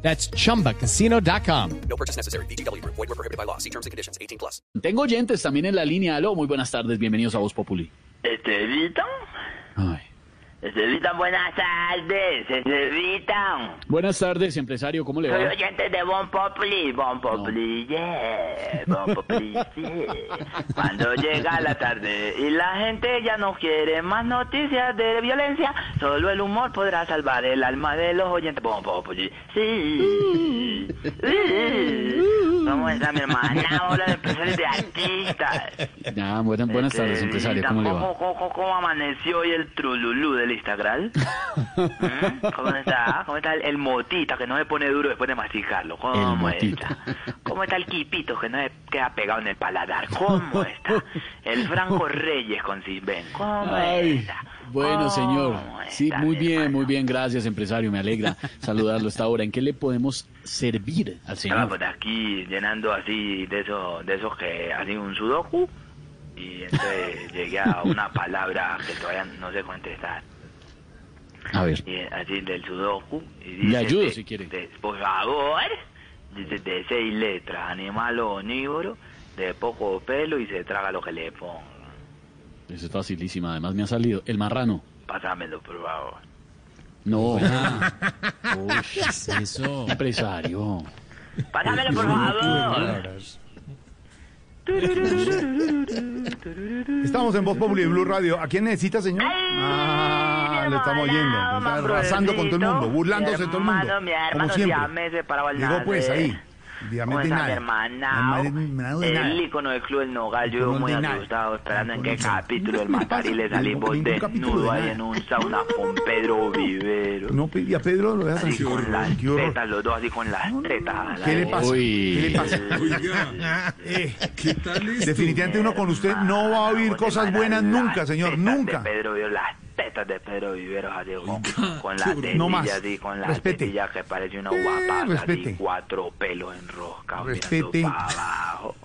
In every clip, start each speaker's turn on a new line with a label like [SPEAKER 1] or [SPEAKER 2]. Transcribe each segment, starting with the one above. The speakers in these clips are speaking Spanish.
[SPEAKER 1] That's chumbacasino.com.
[SPEAKER 2] No purchase necessary. BGW. Void were prohibited by law. See terms and conditions. 18 plus.
[SPEAKER 3] Tengo oyentes también en la línea. Aló, muy buenas tardes, bienvenidos a Voz Populi.
[SPEAKER 4] Estevita,
[SPEAKER 3] Ay.
[SPEAKER 4] Estevita, buenas tardes, Estevita.
[SPEAKER 3] Buenas tardes, empresario, ¿cómo le
[SPEAKER 4] Soy
[SPEAKER 3] va?
[SPEAKER 4] oyente de Bon Populi, Bon Populi, yeah, Bon Populi, yeah. Cuando llega la tarde y la gente ya no quiere más noticias de violencia, solo el humor podrá salvar el alma de los oyentes. Bon Populi, sí. sí. ¿Cómo está mi hermana? Hola, de empresarios de artistas.
[SPEAKER 3] Ya, buenas, buenas
[SPEAKER 4] Este,
[SPEAKER 3] tardes, empresario, ¿cómo le va?
[SPEAKER 4] ¿Cómo, cómo- cómo amaneció hoy el trululú del Instagram? ¿Mm? ¿Cómo está? ¿Cómo está el, el motita que no se pone duro después de masticarlo? ¿Cómo
[SPEAKER 3] motita.
[SPEAKER 4] está? ¿Cómo está el quipito que no se queda pegado en el paladar? ¿Cómo está? El Franco Reyes con Silven. ¿Cómo
[SPEAKER 3] Ay,
[SPEAKER 4] está?
[SPEAKER 3] bueno,
[SPEAKER 4] ¿Cómo
[SPEAKER 3] señor. Sí,
[SPEAKER 4] está,
[SPEAKER 3] muy
[SPEAKER 4] mi
[SPEAKER 3] bien,
[SPEAKER 4] hermano?
[SPEAKER 3] muy bien, gracias, empresario, me alegra saludarlo hasta ahora. ¿En qué le podemos servir al
[SPEAKER 4] Estaba
[SPEAKER 3] señor?
[SPEAKER 4] por aquí llenando así de esos de esos que así un sudoku y entonces llegué a una palabra que todavía no sé contestar.
[SPEAKER 3] A ver,
[SPEAKER 4] Y así del sudoku. Y
[SPEAKER 3] Le ayudo,
[SPEAKER 4] de-
[SPEAKER 3] si quiere.
[SPEAKER 4] de- por favor. Dice de seis letras, animal omnívoro, de poco pelo y se traga lo que le ponga.
[SPEAKER 3] eso es facilísima, además me ha salido. El marrano.
[SPEAKER 4] Pásamelo, por favor.
[SPEAKER 3] No. Uy,
[SPEAKER 5] Eso.
[SPEAKER 3] empresario.
[SPEAKER 4] Pásamelo, por favor.
[SPEAKER 6] Estamos en Voz Populi de Blue Radio. ¿A quién necesita, señor? Ah, le estamos oyendo. Está arrasando con todo el mundo, burlándose de todo el mundo.
[SPEAKER 4] Mi
[SPEAKER 6] Como
[SPEAKER 4] hermano, mi hermano,
[SPEAKER 6] siempre.
[SPEAKER 4] se paraba al
[SPEAKER 6] Llegó pues
[SPEAKER 4] nacer.
[SPEAKER 6] ahí.
[SPEAKER 4] ¿Cómo
[SPEAKER 6] Diamante
[SPEAKER 4] está mi
[SPEAKER 6] nada.
[SPEAKER 4] hermana?
[SPEAKER 6] Diamante de
[SPEAKER 4] El
[SPEAKER 6] nada.
[SPEAKER 4] ícono del club El Nogal, yo
[SPEAKER 6] Icono
[SPEAKER 4] muy
[SPEAKER 6] de nada.
[SPEAKER 4] asustado, esperando en qué
[SPEAKER 6] Icono de-
[SPEAKER 4] capítulo del
[SPEAKER 6] No me pasa
[SPEAKER 4] Mataril le
[SPEAKER 6] ningún-
[SPEAKER 4] salimos
[SPEAKER 6] ningún capítulo
[SPEAKER 4] desnudo
[SPEAKER 6] de
[SPEAKER 4] ahí
[SPEAKER 6] nada.
[SPEAKER 4] en un sauna con Pedro Vivero.
[SPEAKER 6] No, y a Pedro lo deja
[SPEAKER 4] Así con las
[SPEAKER 6] tan Qué horror.
[SPEAKER 4] tetas, los dos así con las tetas.
[SPEAKER 6] ¿Qué le pasa?
[SPEAKER 3] Uy.
[SPEAKER 6] ¿Qué le pasa?
[SPEAKER 5] Oiga,
[SPEAKER 6] Eh,
[SPEAKER 5] ¿qué tal esto?
[SPEAKER 6] definitivamente uno con usted no
[SPEAKER 4] Ah,
[SPEAKER 6] va a oír cosas buenas nunca,
[SPEAKER 4] Las
[SPEAKER 6] señor.
[SPEAKER 4] tetas de
[SPEAKER 6] Nunca.
[SPEAKER 4] Pedro Vivero, las tetas de Pedro Vivero, así con, con las
[SPEAKER 5] qué
[SPEAKER 4] tetillas,
[SPEAKER 5] horror.
[SPEAKER 6] No más.
[SPEAKER 4] así con las
[SPEAKER 6] Respete.
[SPEAKER 4] tetillas que parece una
[SPEAKER 6] Eh,
[SPEAKER 4] uva pasa, así
[SPEAKER 6] respete.
[SPEAKER 4] cuatro pelos enroscados mirando
[SPEAKER 6] Respete.
[SPEAKER 4] para abajo.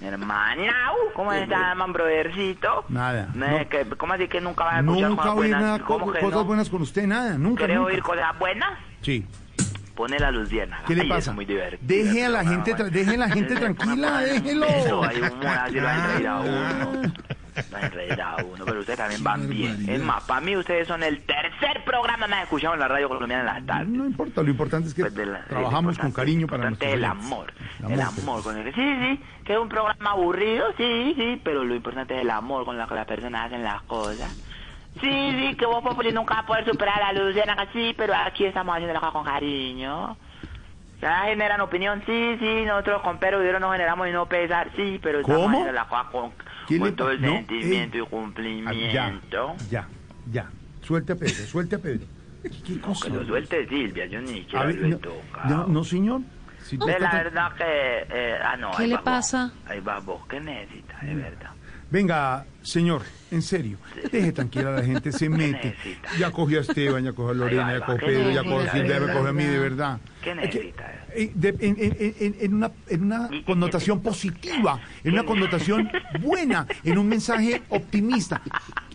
[SPEAKER 4] Mi hermana, uh, ¿cómo está, man, brodercito?
[SPEAKER 6] Nada,
[SPEAKER 4] No,
[SPEAKER 6] no.
[SPEAKER 4] es que- ¿Cómo así que nunca va a escuchar
[SPEAKER 6] Nunca
[SPEAKER 4] cosas
[SPEAKER 6] oí
[SPEAKER 4] buenas?
[SPEAKER 6] nada,
[SPEAKER 4] ¿Cómo que
[SPEAKER 6] cosas
[SPEAKER 4] no?
[SPEAKER 6] buenas con usted, nada. Nunca.
[SPEAKER 4] ¿Querés
[SPEAKER 6] nunca.
[SPEAKER 4] oír cosas buenas?
[SPEAKER 6] Sí.
[SPEAKER 4] Pone la luciérnaga.
[SPEAKER 6] ¿Qué le
[SPEAKER 4] Ay,
[SPEAKER 6] pasa?
[SPEAKER 4] es muy divertido.
[SPEAKER 6] Deje a
[SPEAKER 4] Eso,
[SPEAKER 6] la
[SPEAKER 4] bueno,
[SPEAKER 6] gente,
[SPEAKER 4] bueno.
[SPEAKER 6] tra- deje a la gente tranquila, déjelo.
[SPEAKER 4] Eso, hay humor, así lo hacen reír a uno. Lo hacen reír a uno, pero ustedes también van bien. Es más, para mí ustedes son el tercer programa más escuchado en la radio colombiana en las tardes.
[SPEAKER 6] No importa, lo importante es que
[SPEAKER 4] Pues de la-
[SPEAKER 6] trabajamos
[SPEAKER 4] lo
[SPEAKER 6] con
[SPEAKER 4] importante-
[SPEAKER 6] cariño
[SPEAKER 4] lo
[SPEAKER 6] para
[SPEAKER 4] importante
[SPEAKER 6] nuestros
[SPEAKER 4] es el
[SPEAKER 6] oyentes.
[SPEAKER 4] amor,
[SPEAKER 6] El
[SPEAKER 4] el
[SPEAKER 6] amor, pues.
[SPEAKER 4] amor con el que sí, sí, que es un programa aburrido, sí, sí, pero lo importante es el amor con la que las personas hacen las cosas. Sí, sí, que vos Populi nunca va a poder superar a Luciana, sí, pero aquí estamos haciendo las cosas con cariño. Ya generan opinión, sí, sí, nosotros con Pedro Videro nos generamos y no pesar, sí, pero estamos
[SPEAKER 6] ¿Cómo?
[SPEAKER 4] haciendo las cosas con,
[SPEAKER 6] ¿Qué le
[SPEAKER 4] con todo el
[SPEAKER 6] pa- no,
[SPEAKER 4] sentimiento y
[SPEAKER 6] ey. Ah, Ya,
[SPEAKER 4] cumplimiento.
[SPEAKER 6] ya, ya. Suelte a Pedro, suelte a Pedro. ¿Qué cosa?
[SPEAKER 4] Que lo suelte Silvia, yo ni
[SPEAKER 6] A
[SPEAKER 4] siquiera
[SPEAKER 6] ver,
[SPEAKER 4] lo he
[SPEAKER 6] no,
[SPEAKER 4] tocado.
[SPEAKER 6] no, no, señor. Si
[SPEAKER 4] De
[SPEAKER 6] está
[SPEAKER 4] la
[SPEAKER 6] tan-
[SPEAKER 4] verdad que... eh, ah, no,
[SPEAKER 7] ¿Qué
[SPEAKER 4] ahí
[SPEAKER 7] le
[SPEAKER 4] va vos.
[SPEAKER 7] pasa?
[SPEAKER 4] Ahí va vos, ¿qué necesitas,
[SPEAKER 6] Mm.
[SPEAKER 4] de verdad?
[SPEAKER 6] Venga, señor, en serio, deje tranquila a la gente, se mete.
[SPEAKER 4] necesita?
[SPEAKER 6] Ya cogió a Esteban, ya cogió a Lorena,
[SPEAKER 4] Ahí va,
[SPEAKER 6] ya cogió a
[SPEAKER 4] ¿qué
[SPEAKER 6] Pedro, ya cogió a
[SPEAKER 4] necesita?
[SPEAKER 6] Silvia, ya me
[SPEAKER 4] De
[SPEAKER 6] cogió a mí, de verdad.
[SPEAKER 4] ¿Qué
[SPEAKER 6] Hay que-
[SPEAKER 4] necesita?
[SPEAKER 6] eh, de- en, en- en- en una, en una connotación positiva, en una connotación buena, en un mensaje optimista.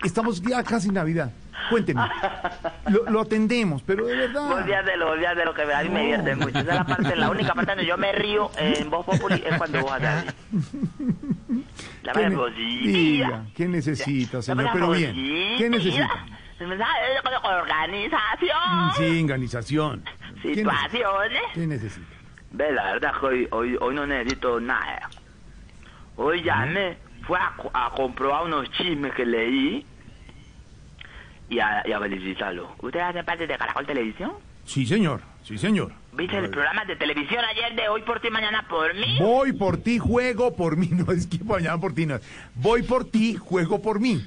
[SPEAKER 6] Estamos ya casi Navidad. Cuénteme. Lo, lo atendemos, pero de verdad.
[SPEAKER 4] Olvídate de lo, olvídate de lo que me- a mí me divierte mucho. Esa es la parte, la única parte donde yo me río en Voz Populi es cuando vos atrás. La
[SPEAKER 6] ¿Qué,
[SPEAKER 4] verdad
[SPEAKER 6] ne-
[SPEAKER 4] positiva.
[SPEAKER 6] diga, ¿qué necesita,
[SPEAKER 4] La
[SPEAKER 6] señor?
[SPEAKER 4] verdad
[SPEAKER 6] Pero bien, ¿qué necesita?
[SPEAKER 4] Organización,
[SPEAKER 6] Sí, organización. ¿Qué necesita?
[SPEAKER 4] situaciones.
[SPEAKER 6] ¿Qué necesita?
[SPEAKER 4] Ve, la verdad que hoy, hoy, hoy no necesito nada. Hoy llamé, fue a, co- a comprobar unos chismes que leí y a, y a felicitarlo. ¿Ustedes hacen parte de Caracol Televisión?
[SPEAKER 6] Sí, señor. Sí, señor.
[SPEAKER 4] ¿Viste el programa de televisión ayer de hoy por ti, mañana por mí?
[SPEAKER 6] Voy por ti, juego por mí. No es que mañana por ti, no. Voy por ti, juego por mí.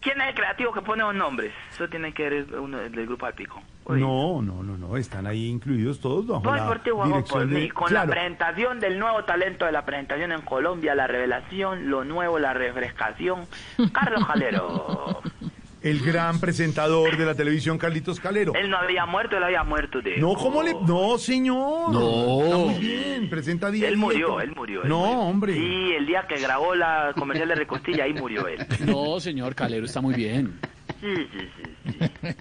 [SPEAKER 4] ¿Quién es el creativo que pone los nombres? Eso tiene que ser uno del grupo Alpico. Uy.
[SPEAKER 6] No, no, no, no, están ahí incluidos todos bajo
[SPEAKER 4] Voy
[SPEAKER 6] la
[SPEAKER 4] por ti, Guajo, por
[SPEAKER 6] dirección de-
[SPEAKER 4] mí, con
[SPEAKER 6] Claro.
[SPEAKER 4] la presentación del nuevo talento de la presentación en Colombia, la revelación, lo nuevo, la refrescación. Carlos Calero.
[SPEAKER 6] El gran presentador de la televisión, Carlitos Calero.
[SPEAKER 4] Él no había muerto, él había muerto de.
[SPEAKER 6] No, ¿cómo le.? No, señor.
[SPEAKER 3] No.
[SPEAKER 6] Está muy bien, presenta día. a
[SPEAKER 4] Él
[SPEAKER 6] día y
[SPEAKER 4] murió,
[SPEAKER 6] todo.
[SPEAKER 4] él murió. él
[SPEAKER 6] No,
[SPEAKER 4] murió.
[SPEAKER 6] hombre.
[SPEAKER 4] Sí, el día que grabó la comercial de Recostilla, ahí murió él.
[SPEAKER 3] No, señor Calero está muy bien.
[SPEAKER 4] Sí, sí, sí.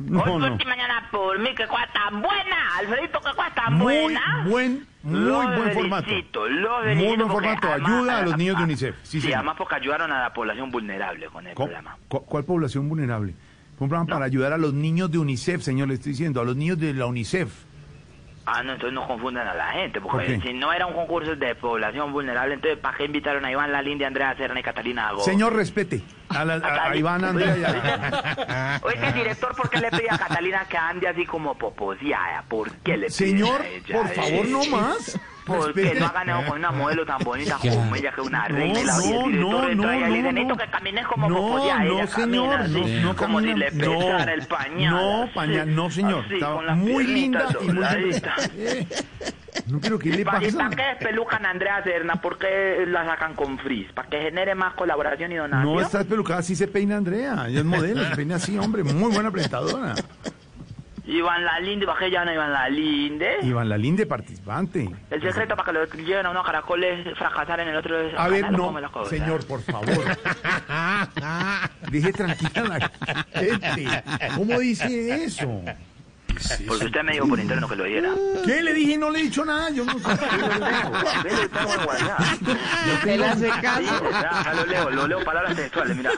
[SPEAKER 6] No,
[SPEAKER 4] Hoy
[SPEAKER 6] no.
[SPEAKER 4] por ti, mañana por mí, que cosa tan buena. Alfredito, que cosa tan
[SPEAKER 6] Muy
[SPEAKER 4] buena.
[SPEAKER 6] buen,
[SPEAKER 4] Lo
[SPEAKER 6] muy buen formato.
[SPEAKER 4] felicito, lo
[SPEAKER 6] Muy
[SPEAKER 4] felicito
[SPEAKER 6] buen
[SPEAKER 4] porque
[SPEAKER 6] formato.
[SPEAKER 4] además-
[SPEAKER 6] Ayuda a los niños de UNICEF. Sí,
[SPEAKER 4] Sí,
[SPEAKER 6] señor.
[SPEAKER 4] además porque ayudaron a la población vulnerable con el
[SPEAKER 6] ¿Cu-
[SPEAKER 4] programa.
[SPEAKER 6] cu- ¿Cuál población vulnerable? Un programa para ayudar a los niños de UNICEF, señor, le estoy diciendo, a los niños de la UNICEF.
[SPEAKER 4] Ah, no, entonces no confundan a la gente, porque
[SPEAKER 6] ¿Por qué?
[SPEAKER 4] si no era un concurso de población vulnerable, entonces ¿para qué invitaron a Iván Lalinde, Andrea Serna y Catalina Agó?
[SPEAKER 6] Señor, respete a, la- a- a Iván Andrea
[SPEAKER 4] pues,
[SPEAKER 6] y a-
[SPEAKER 4] Oiga, director, ¿por qué le pedí a Catalina que ande así como poposeada? ¿Por qué le pedí
[SPEAKER 6] Señor,
[SPEAKER 4] a ella
[SPEAKER 6] por favor, no
[SPEAKER 4] eso?
[SPEAKER 6] más.
[SPEAKER 4] Porque
[SPEAKER 6] Respete.
[SPEAKER 4] no ha ganado con una modelo tan bonita como ella, que es una
[SPEAKER 6] No,
[SPEAKER 4] reina. y la- y el
[SPEAKER 6] no,
[SPEAKER 4] director
[SPEAKER 6] no,
[SPEAKER 4] entra y
[SPEAKER 6] no,
[SPEAKER 4] le dice,
[SPEAKER 6] no,
[SPEAKER 4] "Necesito
[SPEAKER 6] no.
[SPEAKER 4] que camines como
[SPEAKER 6] No,
[SPEAKER 4] poposeada", y
[SPEAKER 6] no,
[SPEAKER 4] ella camina
[SPEAKER 6] señor,
[SPEAKER 4] así,
[SPEAKER 6] no, no
[SPEAKER 4] como si
[SPEAKER 6] camina,
[SPEAKER 4] le pesara
[SPEAKER 6] no.
[SPEAKER 4] el pañal.
[SPEAKER 6] No,
[SPEAKER 4] así,
[SPEAKER 6] pañal, no, señor,
[SPEAKER 4] así,
[SPEAKER 6] estaba
[SPEAKER 4] con las
[SPEAKER 6] muy
[SPEAKER 4] piernitas
[SPEAKER 6] linda y muy bien
[SPEAKER 4] dobladitas.
[SPEAKER 6] No, pero ¿qué le
[SPEAKER 4] ¿Y para
[SPEAKER 6] pasa?
[SPEAKER 4] qué despelucan a Andrea Serna? ¿Por qué la sacan con frizz? ¿Para que genere más colaboración y donación?
[SPEAKER 6] No, está despelucada, así se peina Andrea. Ella es modelo, se peina así, hombre. Muy buena presentadora.
[SPEAKER 4] Iván Lalinde, ¿para qué ya no Iván Lalinde?
[SPEAKER 6] Iván Lalinde, participante.
[SPEAKER 4] El secreto para que lo lleven a uno a caracol es fracasar en el otro. es
[SPEAKER 6] A ver,
[SPEAKER 4] ganar,
[SPEAKER 6] no,
[SPEAKER 4] ¿cómo es la cosa?
[SPEAKER 6] señor, por favor. Deje tranquila la gente. ¿Cómo dice eso?
[SPEAKER 4] Porque usted me dijo por interno que lo diera.
[SPEAKER 6] ¿Qué le dije? No le he dicho nada. Yo no sé.
[SPEAKER 4] Ve, le pongo en WhatsApp.
[SPEAKER 7] Se le hace caso.
[SPEAKER 4] Sí, ya, ya lo leo, lo leo palabras textuales, mira.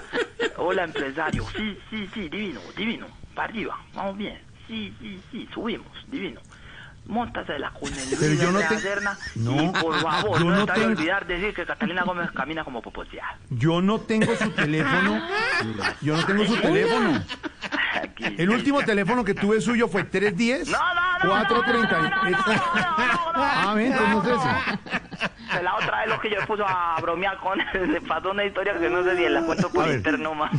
[SPEAKER 4] Hola, empresario. Sí, sí, sí, divino, divino. Para arriba, vamos bien. Sí, sí, sí, subimos, divino. Móntasela con el
[SPEAKER 6] Pero yo no
[SPEAKER 4] Andrea
[SPEAKER 6] te-
[SPEAKER 4] Serna y
[SPEAKER 6] No,
[SPEAKER 4] por favor,
[SPEAKER 6] yo
[SPEAKER 4] no,
[SPEAKER 6] no
[SPEAKER 4] te vayas a
[SPEAKER 6] tengo-
[SPEAKER 4] olvidar decir que Catalina Gómez camina como popotea.
[SPEAKER 6] Yo no tengo su teléfono. Yo no tengo su teléfono.
[SPEAKER 4] Aquí.
[SPEAKER 6] El último teléfono que tuve suyo fue 310
[SPEAKER 4] No, no, no,
[SPEAKER 6] 430.
[SPEAKER 4] no, no, no, no, no, no, no.
[SPEAKER 6] Ah, ven, entonces no es ese.
[SPEAKER 4] Se la otra vez lo que yo puso a bromear con él, le pasó una historia que no sé si la cuento por
[SPEAKER 6] A ver.
[SPEAKER 4] interno más.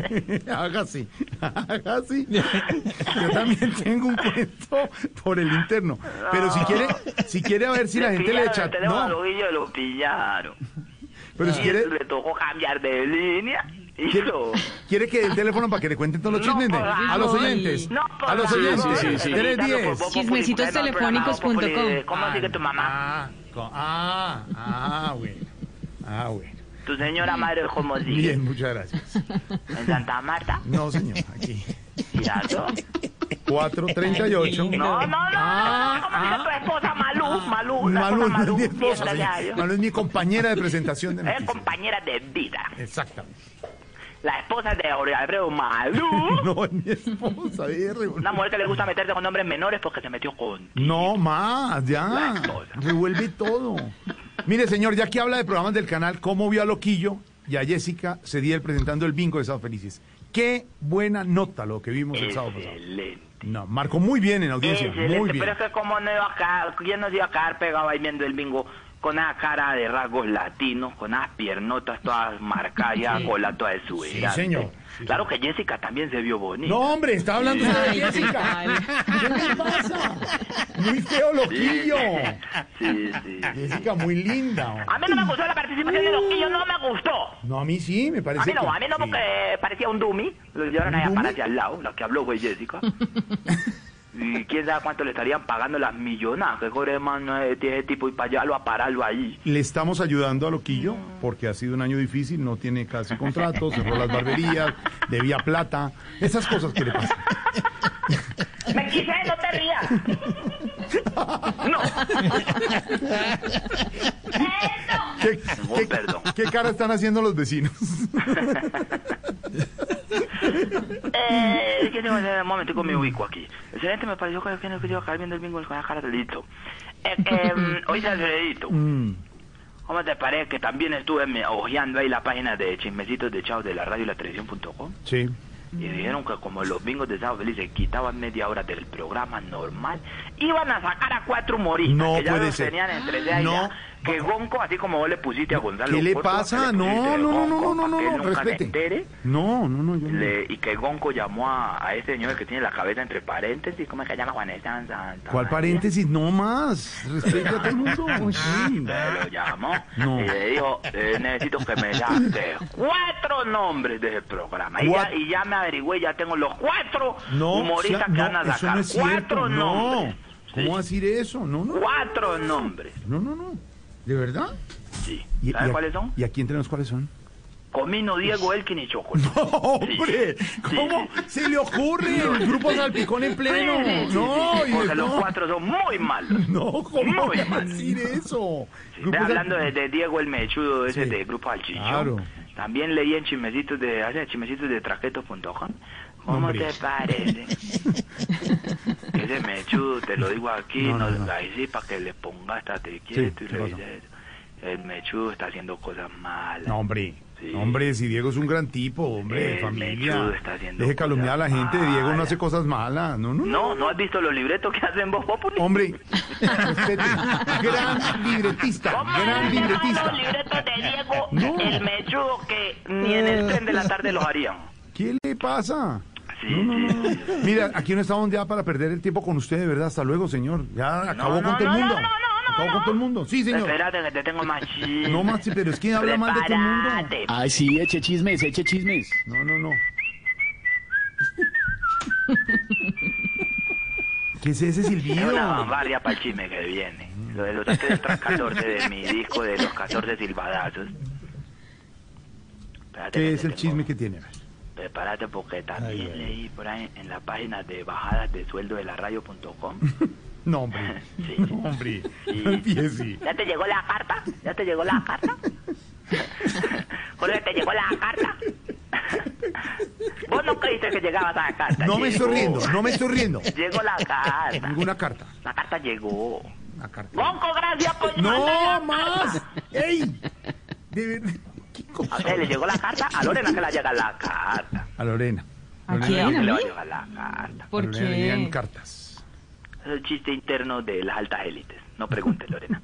[SPEAKER 6] Haga así, haga así. Yo también tengo un cuento por el interno. Pero si quiere, si quiere a ver si la gente le echa.
[SPEAKER 4] No.
[SPEAKER 6] No,
[SPEAKER 4] lo pillaron.
[SPEAKER 6] pero si
[SPEAKER 4] Y
[SPEAKER 6] quiere,
[SPEAKER 4] le tocó cambiar de línea. Y
[SPEAKER 6] quiere,
[SPEAKER 4] lo-
[SPEAKER 6] quiere que dé el teléfono para que le cuenten todos los
[SPEAKER 4] No,
[SPEAKER 6] chismes.
[SPEAKER 4] por
[SPEAKER 6] A los
[SPEAKER 7] favor.
[SPEAKER 6] oyentes.
[SPEAKER 4] No, por
[SPEAKER 6] A los
[SPEAKER 4] favor.
[SPEAKER 6] oyentes.
[SPEAKER 3] Sí, sí, sí.
[SPEAKER 6] 310.
[SPEAKER 7] Chismecitostelenfónicos.com.
[SPEAKER 4] ¿Cómo sigue tu mamá?
[SPEAKER 6] Ah, co- ah, ah, bueno. Ah, bueno.
[SPEAKER 4] Tu señora madre, ¿cómo sigue?
[SPEAKER 6] Ah. Bien, muchas gracias.
[SPEAKER 4] ¿En Santa Marta?
[SPEAKER 6] No, señor, aquí.
[SPEAKER 4] ¿Giraldo?
[SPEAKER 6] 438.
[SPEAKER 4] No, no, no.
[SPEAKER 6] Ah,
[SPEAKER 4] ¿Cómo sigue tu esposa Malú? Malú, la
[SPEAKER 6] Malú,
[SPEAKER 4] esposa
[SPEAKER 6] no es
[SPEAKER 4] Malú.
[SPEAKER 6] mi esposa,
[SPEAKER 4] Piérdale a Dios.
[SPEAKER 6] señor. Malú es mi compañera de presentación de
[SPEAKER 4] Es
[SPEAKER 6] noticias.
[SPEAKER 4] compañera de vida.
[SPEAKER 6] Exactamente.
[SPEAKER 4] La esposa de Abreu Malú.
[SPEAKER 6] No, es mi esposa, es revuelve.
[SPEAKER 4] Una mujer que le gusta meterse con hombres menores porque se metió con...
[SPEAKER 6] No, más, ya.
[SPEAKER 4] La cosa.
[SPEAKER 6] Revuelve todo. Mire, señor, ya que habla de programas del canal, ¿cómo vio a Loquillo y a Jessica Cediel presentando el bingo de Sábado Felices? Qué buena nota lo que vimos Pues el sábado pasado.
[SPEAKER 4] Excelente.
[SPEAKER 6] No, marcó muy bien en audiencia,
[SPEAKER 4] Excelente,
[SPEAKER 6] muy bien.
[SPEAKER 4] pero es que como no iba a quedar, ¿quién nos iba a quedar pegado ahí viendo el bingo? Con esa cara de rasgos latinos, con esas piernotas todas marcadas, ya con la toda de su
[SPEAKER 6] señor. Sí,
[SPEAKER 4] claro que Jessica también se vio bonita.
[SPEAKER 6] No, hombre, está hablando usted de
[SPEAKER 7] Ay, qué
[SPEAKER 6] Jessica.
[SPEAKER 7] tal.
[SPEAKER 6] ¿Qué le pasa? Muy feo Loquillo.
[SPEAKER 4] Sí, sí.
[SPEAKER 6] Jessica, muy linda.
[SPEAKER 4] A mí no me gustó la participación de Loquillo, no me gustó.
[SPEAKER 6] No, a mí sí, me
[SPEAKER 4] A
[SPEAKER 6] parece
[SPEAKER 4] mí no,
[SPEAKER 6] que-
[SPEAKER 4] a mí no
[SPEAKER 6] sí.
[SPEAKER 4] porque parecía un dummy. Lo llevaron
[SPEAKER 6] ¿Un
[SPEAKER 4] allá
[SPEAKER 6] dummy?
[SPEAKER 4] para hacia al lado, la que habló fue Jessica. Y quién sabe cuánto le estarían pagando las millonadas que cobre más no es de ese tipo y para llevarlo a pararlo ahí.
[SPEAKER 6] Le estamos ayudando a Loquillo porque ha sido un año difícil, no tiene casi contrato, cerró las barberías, debía plata, esas cosas que le pasan.
[SPEAKER 4] Me quise, no te rías. No.
[SPEAKER 6] ¿Qué,
[SPEAKER 4] Oh,
[SPEAKER 6] qué-
[SPEAKER 4] perdón.
[SPEAKER 6] qué cara están haciendo los vecinos?
[SPEAKER 4] Eh, que tengo- eh, un momentico me ubico aquí. Excelente, me pareció que que no quería acabar viendo el bingo con la cara de Lito. Eh, eh, oye, Alfredito,
[SPEAKER 6] Mm.
[SPEAKER 4] ¿cómo te parece que también estuve me- hojeando ahí la página de chismecitos de Chao de la radio y la televisión.com?
[SPEAKER 6] Sí.
[SPEAKER 4] Y dijeron que como los bingos de Sábado Felices quitaban media hora del programa normal, iban a sacar a cuatro humoristas
[SPEAKER 6] No
[SPEAKER 4] que ya
[SPEAKER 6] puede
[SPEAKER 4] los
[SPEAKER 6] ser.
[SPEAKER 4] tenían entre ya y
[SPEAKER 6] No
[SPEAKER 4] ya, que Gonco, así como vos le pusiste a Gonzalo.
[SPEAKER 6] ¿Qué le
[SPEAKER 4] Córdoba, que
[SPEAKER 6] pasa?
[SPEAKER 4] le
[SPEAKER 6] No,
[SPEAKER 4] pusiste
[SPEAKER 6] no, no, no,
[SPEAKER 4] Gonco,
[SPEAKER 6] no, no, no,
[SPEAKER 4] que él
[SPEAKER 6] no,
[SPEAKER 4] nunca se
[SPEAKER 6] respete.
[SPEAKER 4] entere,
[SPEAKER 6] No, no, no, yo no.
[SPEAKER 4] le- y que Gonco llamó a, a ese señor que tiene la cabeza entre paréntesis, ¿cómo es que llama Juan Esteban Santa
[SPEAKER 6] ¿Cuál
[SPEAKER 4] María?
[SPEAKER 6] paréntesis? No más. Respete a todo el mundo. Sí.
[SPEAKER 4] Pero llamó
[SPEAKER 6] No.
[SPEAKER 4] y le dijo, eh, necesito que me saque cuatro nombres de ese programa. Y ya,
[SPEAKER 6] Cuat-
[SPEAKER 4] y ya me averigüé, ya tengo los cuatro
[SPEAKER 6] No,
[SPEAKER 4] humoristas
[SPEAKER 6] o sea,
[SPEAKER 4] que
[SPEAKER 6] no,
[SPEAKER 4] van a
[SPEAKER 6] eso
[SPEAKER 4] sacar.
[SPEAKER 6] no es
[SPEAKER 4] cuatro
[SPEAKER 6] cierto. No.
[SPEAKER 4] nombres.
[SPEAKER 6] ¿Cómo va a decir eso? No, no.
[SPEAKER 4] Cuatro nombres.
[SPEAKER 6] No, no, no. ¿De verdad?
[SPEAKER 4] Sí.
[SPEAKER 6] ¿Y, y
[SPEAKER 4] ¿Sabes
[SPEAKER 6] a-
[SPEAKER 4] cuáles son?
[SPEAKER 6] ¿Y aquí entre nos cuáles son?
[SPEAKER 4] Comino, Diego, Elkin y Choco.
[SPEAKER 6] ¡Hombre!
[SPEAKER 4] Sí,
[SPEAKER 6] ¿Cómo
[SPEAKER 4] sí,
[SPEAKER 6] se le ocurre el grupo Salpicón en pleno? No, y
[SPEAKER 4] Porque
[SPEAKER 6] de-
[SPEAKER 4] los
[SPEAKER 6] no,
[SPEAKER 4] cuatro son muy malos.
[SPEAKER 6] no, ¿cómo
[SPEAKER 4] Muy
[SPEAKER 6] va a
[SPEAKER 4] mal.
[SPEAKER 6] decir eso?
[SPEAKER 4] Ve
[SPEAKER 6] Grupo Sal-
[SPEAKER 4] hablando de, de Diego el mechudo ese
[SPEAKER 6] Sí.
[SPEAKER 4] de Grupo Alchillón.
[SPEAKER 6] Claro.
[SPEAKER 4] También leí en chismecitos de, hace chismecitos de traquetos.com. ¿Cómo
[SPEAKER 6] Hombre.
[SPEAKER 4] te parece? ese mechudo, te lo digo aquí,
[SPEAKER 6] No,
[SPEAKER 4] no,
[SPEAKER 6] no, no.
[SPEAKER 4] ahí sí, para que le pongas hasta te quieto y
[SPEAKER 6] ¿qué
[SPEAKER 4] le
[SPEAKER 6] pasó?
[SPEAKER 4] dices, el mechudo está haciendo cosas malas.
[SPEAKER 6] No, hombre.
[SPEAKER 4] Sí.
[SPEAKER 6] No, Hombre, si Diego es un gran tipo, hombre, de
[SPEAKER 4] El
[SPEAKER 6] familia.
[SPEAKER 4] mechudo está haciendo
[SPEAKER 6] Deje calumniar a la
[SPEAKER 4] cosas
[SPEAKER 6] gente. Diego no
[SPEAKER 4] malas.
[SPEAKER 6] hace cosas malas. No, no, no.
[SPEAKER 4] No, ¿no has visto los libretos que hacen vos, Populi?
[SPEAKER 6] Hombre, respete. Gran libretista. Gran libretista.
[SPEAKER 4] Los libretos de Diego,
[SPEAKER 6] No.
[SPEAKER 4] el mechudo que ni en el tren de la tarde los harían.
[SPEAKER 6] ¿Qué le pasa?
[SPEAKER 4] Sí,
[SPEAKER 6] No, no,
[SPEAKER 4] sí,
[SPEAKER 6] no, no. Mira, aquí no estamos ya para perder el tiempo con usted, de verdad. Hasta luego, señor. Ya acabó
[SPEAKER 4] no,
[SPEAKER 6] con todo
[SPEAKER 4] no,
[SPEAKER 6] el mundo.
[SPEAKER 4] no, no, no,
[SPEAKER 6] acabó
[SPEAKER 4] no.
[SPEAKER 6] con todo el mundo. Sí, señor.
[SPEAKER 4] Espérate que te tengo más chisme.
[SPEAKER 6] No más, sí, pero es que habla mal de todo el mundo.
[SPEAKER 4] Prepárate.
[SPEAKER 3] Ay, sí, eche chismes, eche chismes.
[SPEAKER 6] No, no, no. ¿Qué es ese
[SPEAKER 4] Es
[SPEAKER 6] silbido?
[SPEAKER 4] una vanguardia para el chisme que viene. Lo de los saqué de tras 14 de mi disco de los 14 silbadazos. Espérate que
[SPEAKER 6] ¿Qué es
[SPEAKER 4] te
[SPEAKER 6] el
[SPEAKER 4] tengo-
[SPEAKER 6] chisme que tiene?
[SPEAKER 4] Prepárate porque también leí por ahí en la página de bajadas de sueldo de la radio.com.
[SPEAKER 6] No, hombre.
[SPEAKER 4] Sí.
[SPEAKER 6] No, hombre. No empiece.
[SPEAKER 4] ¿Ya te llegó la carta? ¿Ya te llegó la carta? Jorge, ¿te llegó la carta? Vos no creíste que llegabas a la carta.
[SPEAKER 6] No me
[SPEAKER 4] Llegó.
[SPEAKER 6] estoy riendo, no me estoy riendo.
[SPEAKER 4] Llegó la carta.
[SPEAKER 6] Ninguna carta.
[SPEAKER 4] La carta llegó.
[SPEAKER 6] Una carta.
[SPEAKER 4] Bonco, gracias por
[SPEAKER 6] ¡No
[SPEAKER 4] mandar la
[SPEAKER 6] más!
[SPEAKER 4] carta.
[SPEAKER 6] ¡Ey! De verdad. ¿Qué cosa?
[SPEAKER 4] A usted Eh, le llegó la carta, a Lorena que le llega la carta.
[SPEAKER 6] A Lorena.
[SPEAKER 7] ¿A
[SPEAKER 6] Lorena,
[SPEAKER 7] quién?
[SPEAKER 4] Que
[SPEAKER 7] ¿A
[SPEAKER 4] le
[SPEAKER 7] mí?
[SPEAKER 4] va a llegar la carta.
[SPEAKER 6] a
[SPEAKER 7] ¿Por
[SPEAKER 6] Lorena le llegan
[SPEAKER 7] qué?
[SPEAKER 6] cartas.
[SPEAKER 4] Es el chiste interno de las altas élites. No pregunte, Lorena.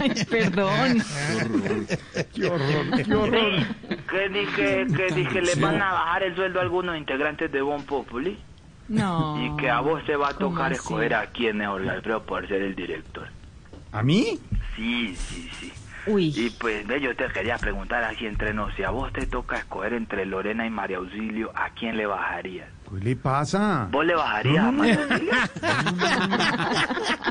[SPEAKER 7] Ay, perdón.
[SPEAKER 6] ¡Qué horror! ¡Qué horror!
[SPEAKER 4] ¿Qué dije? ¿Qué dije? ¿Le van a bajar el sueldo a algunos integrantes de Bon Populi?
[SPEAKER 7] No.
[SPEAKER 4] Y que a vos te va a
[SPEAKER 7] Ah, ¿Cómo
[SPEAKER 4] tocar
[SPEAKER 7] así?
[SPEAKER 4] escoger a quién es Jorge Alfredo por ser el director.
[SPEAKER 6] ¿A mí?
[SPEAKER 4] Sí, sí, sí. Y
[SPEAKER 7] Uy.
[SPEAKER 4] pues ve, yo te quería preguntar aquí entre nos, si a vos te toca escoger entre Lorena y María Auxilio, ¿a quién le bajarías?
[SPEAKER 6] ¿Qué le pasa?
[SPEAKER 4] ¿Vos le bajarías a María Auxilio?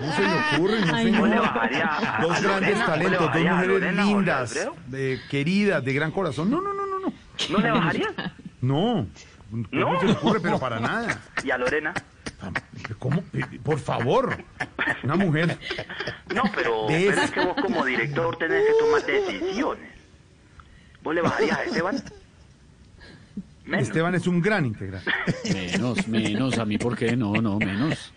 [SPEAKER 6] No se le ocurre, no
[SPEAKER 7] Ay,
[SPEAKER 6] señor.
[SPEAKER 4] ¿Vos le bajarías a
[SPEAKER 6] Dos
[SPEAKER 4] a
[SPEAKER 6] grandes
[SPEAKER 4] Lorena? ¿Vos le
[SPEAKER 6] talentos, dos
[SPEAKER 4] bajarías a
[SPEAKER 6] mujeres
[SPEAKER 4] Lorena, Jorge
[SPEAKER 6] lindas,
[SPEAKER 4] Alfredo?
[SPEAKER 6] de- queridas, de gran corazón. No, no, no, no, no.
[SPEAKER 4] ¿No le bajarías?
[SPEAKER 6] No. No,
[SPEAKER 4] ¿No?
[SPEAKER 6] se le ocurre, pero para nada.
[SPEAKER 4] ¿Y a Lorena?
[SPEAKER 6] ¿Cómo? Por favor. Una mujer.
[SPEAKER 4] No, pero,
[SPEAKER 6] De
[SPEAKER 4] pero
[SPEAKER 6] esa-
[SPEAKER 4] es que vos como director tenés que tomar decisiones. ¿Vos le bajarías a Esteban? Menos.
[SPEAKER 6] Esteban es un gran integrante.
[SPEAKER 3] Menos, menos, a mí, ¿por qué? No, no, menos.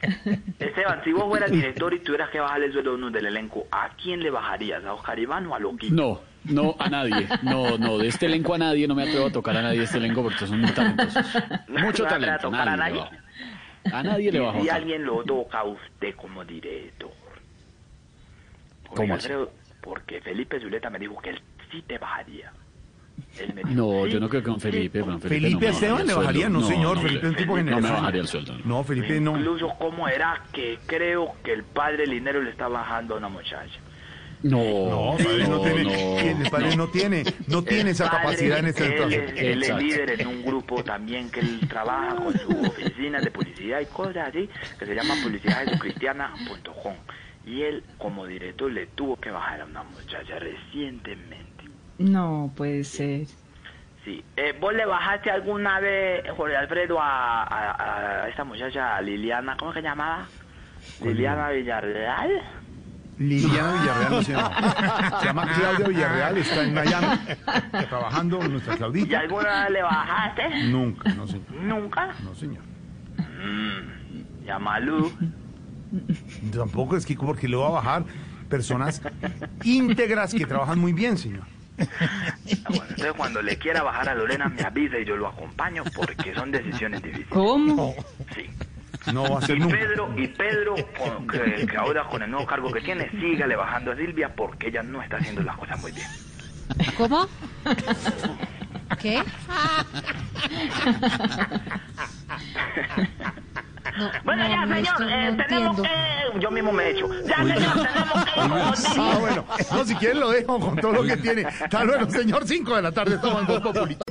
[SPEAKER 4] Esteban, si vos fueras director y tuvieras que bajarle el sueldo a uno del elenco, ¿a quién le bajarías? ¿A Oscar Iván o a Loquillo?
[SPEAKER 3] No, no a nadie. No, no, de este elenco a nadie. No me atrevo a tocar a nadie de este elenco porque son muy talentosos. Mucho
[SPEAKER 4] No te atreves a
[SPEAKER 3] talento.
[SPEAKER 4] tocar a
[SPEAKER 3] nadie le
[SPEAKER 4] nadie.
[SPEAKER 3] bajo. A nadie le
[SPEAKER 4] Y
[SPEAKER 3] bajo.
[SPEAKER 4] si alguien lo toca a usted como director. Porque
[SPEAKER 3] ¿Cómo
[SPEAKER 4] yo
[SPEAKER 3] así?
[SPEAKER 4] creo- Porque Felipe Zuleta me dijo que él sí te bajaría. Él me dijo,
[SPEAKER 3] No,
[SPEAKER 4] sí,
[SPEAKER 3] yo no creo que con Felipe. con Felipe,
[SPEAKER 6] Felipe
[SPEAKER 3] no me
[SPEAKER 6] a Esteban le
[SPEAKER 3] bajaría
[SPEAKER 6] bajaría,
[SPEAKER 3] el
[SPEAKER 6] no,
[SPEAKER 3] sueldo.
[SPEAKER 6] señor.
[SPEAKER 3] no,
[SPEAKER 6] Felipe es un tipo
[SPEAKER 3] no me
[SPEAKER 6] generoso.
[SPEAKER 3] bajaría el sueldo, no.
[SPEAKER 6] No, Felipe no.
[SPEAKER 4] Incluso cómo era que creo que el padre Linero le está bajando a una muchacha.
[SPEAKER 3] No,
[SPEAKER 6] No, padre, no, tiene,
[SPEAKER 3] no,
[SPEAKER 6] el padre no. tiene, no tiene esa
[SPEAKER 4] El padre,
[SPEAKER 6] capacidad en este esta
[SPEAKER 4] él
[SPEAKER 6] situación.
[SPEAKER 4] es- Él es
[SPEAKER 3] Exacto.
[SPEAKER 4] líder en un grupo también que él trabaja con su oficina de publicidad y cosas así, que se llama publicidadjesucristiana.com. Y él, como director, le tuvo que bajar a una muchacha recientemente.
[SPEAKER 7] No puede ser.
[SPEAKER 4] Sí. Eh, ¿Vos le bajaste alguna vez, Jorge Alfredo, a, a- a esta muchacha Liliana, ¿cómo es que se llamaba? Liliana Villarreal.
[SPEAKER 6] Liliana Villarreal no se llama. Se llama Claudia Villarreal, está en Miami trabajando con nuestra
[SPEAKER 4] ¿Y
[SPEAKER 6] Claudita.
[SPEAKER 4] alguna vez le bajaste?
[SPEAKER 6] Nunca, no señor.
[SPEAKER 4] Nunca.
[SPEAKER 6] No señor.
[SPEAKER 4] Y a Malú.
[SPEAKER 6] Tampoco es que porque le va a bajar personas íntegras que trabajan muy bien, señor.
[SPEAKER 4] Ah, bueno, entonces cuando le quiera bajar a Lorena me avisa y yo lo acompaño porque son decisiones difíciles.
[SPEAKER 7] ¿Cómo?
[SPEAKER 4] Sí.
[SPEAKER 6] No va a ser
[SPEAKER 4] Y
[SPEAKER 6] nunca.
[SPEAKER 4] Pedro, y Pedro con- que, que ahora con el nuevo cargo que tiene, sígale bajando a Silvia porque ella no está haciendo las cosas muy bien.
[SPEAKER 8] ¿Cómo? ¿Qué? No,
[SPEAKER 4] Bueno,
[SPEAKER 8] no,
[SPEAKER 4] ya,
[SPEAKER 8] no,
[SPEAKER 4] señor,
[SPEAKER 8] esto no
[SPEAKER 4] eh, tenemos
[SPEAKER 8] entiendo.
[SPEAKER 4] que... Yo mismo me he hecho. Ya, señor, tenemos que... irnos.
[SPEAKER 6] Ah, bueno. No, si quieren lo dejo con todo lo que tiene. Hasta luego, señor. 5 de la tarde. Estamos en Voz Populi.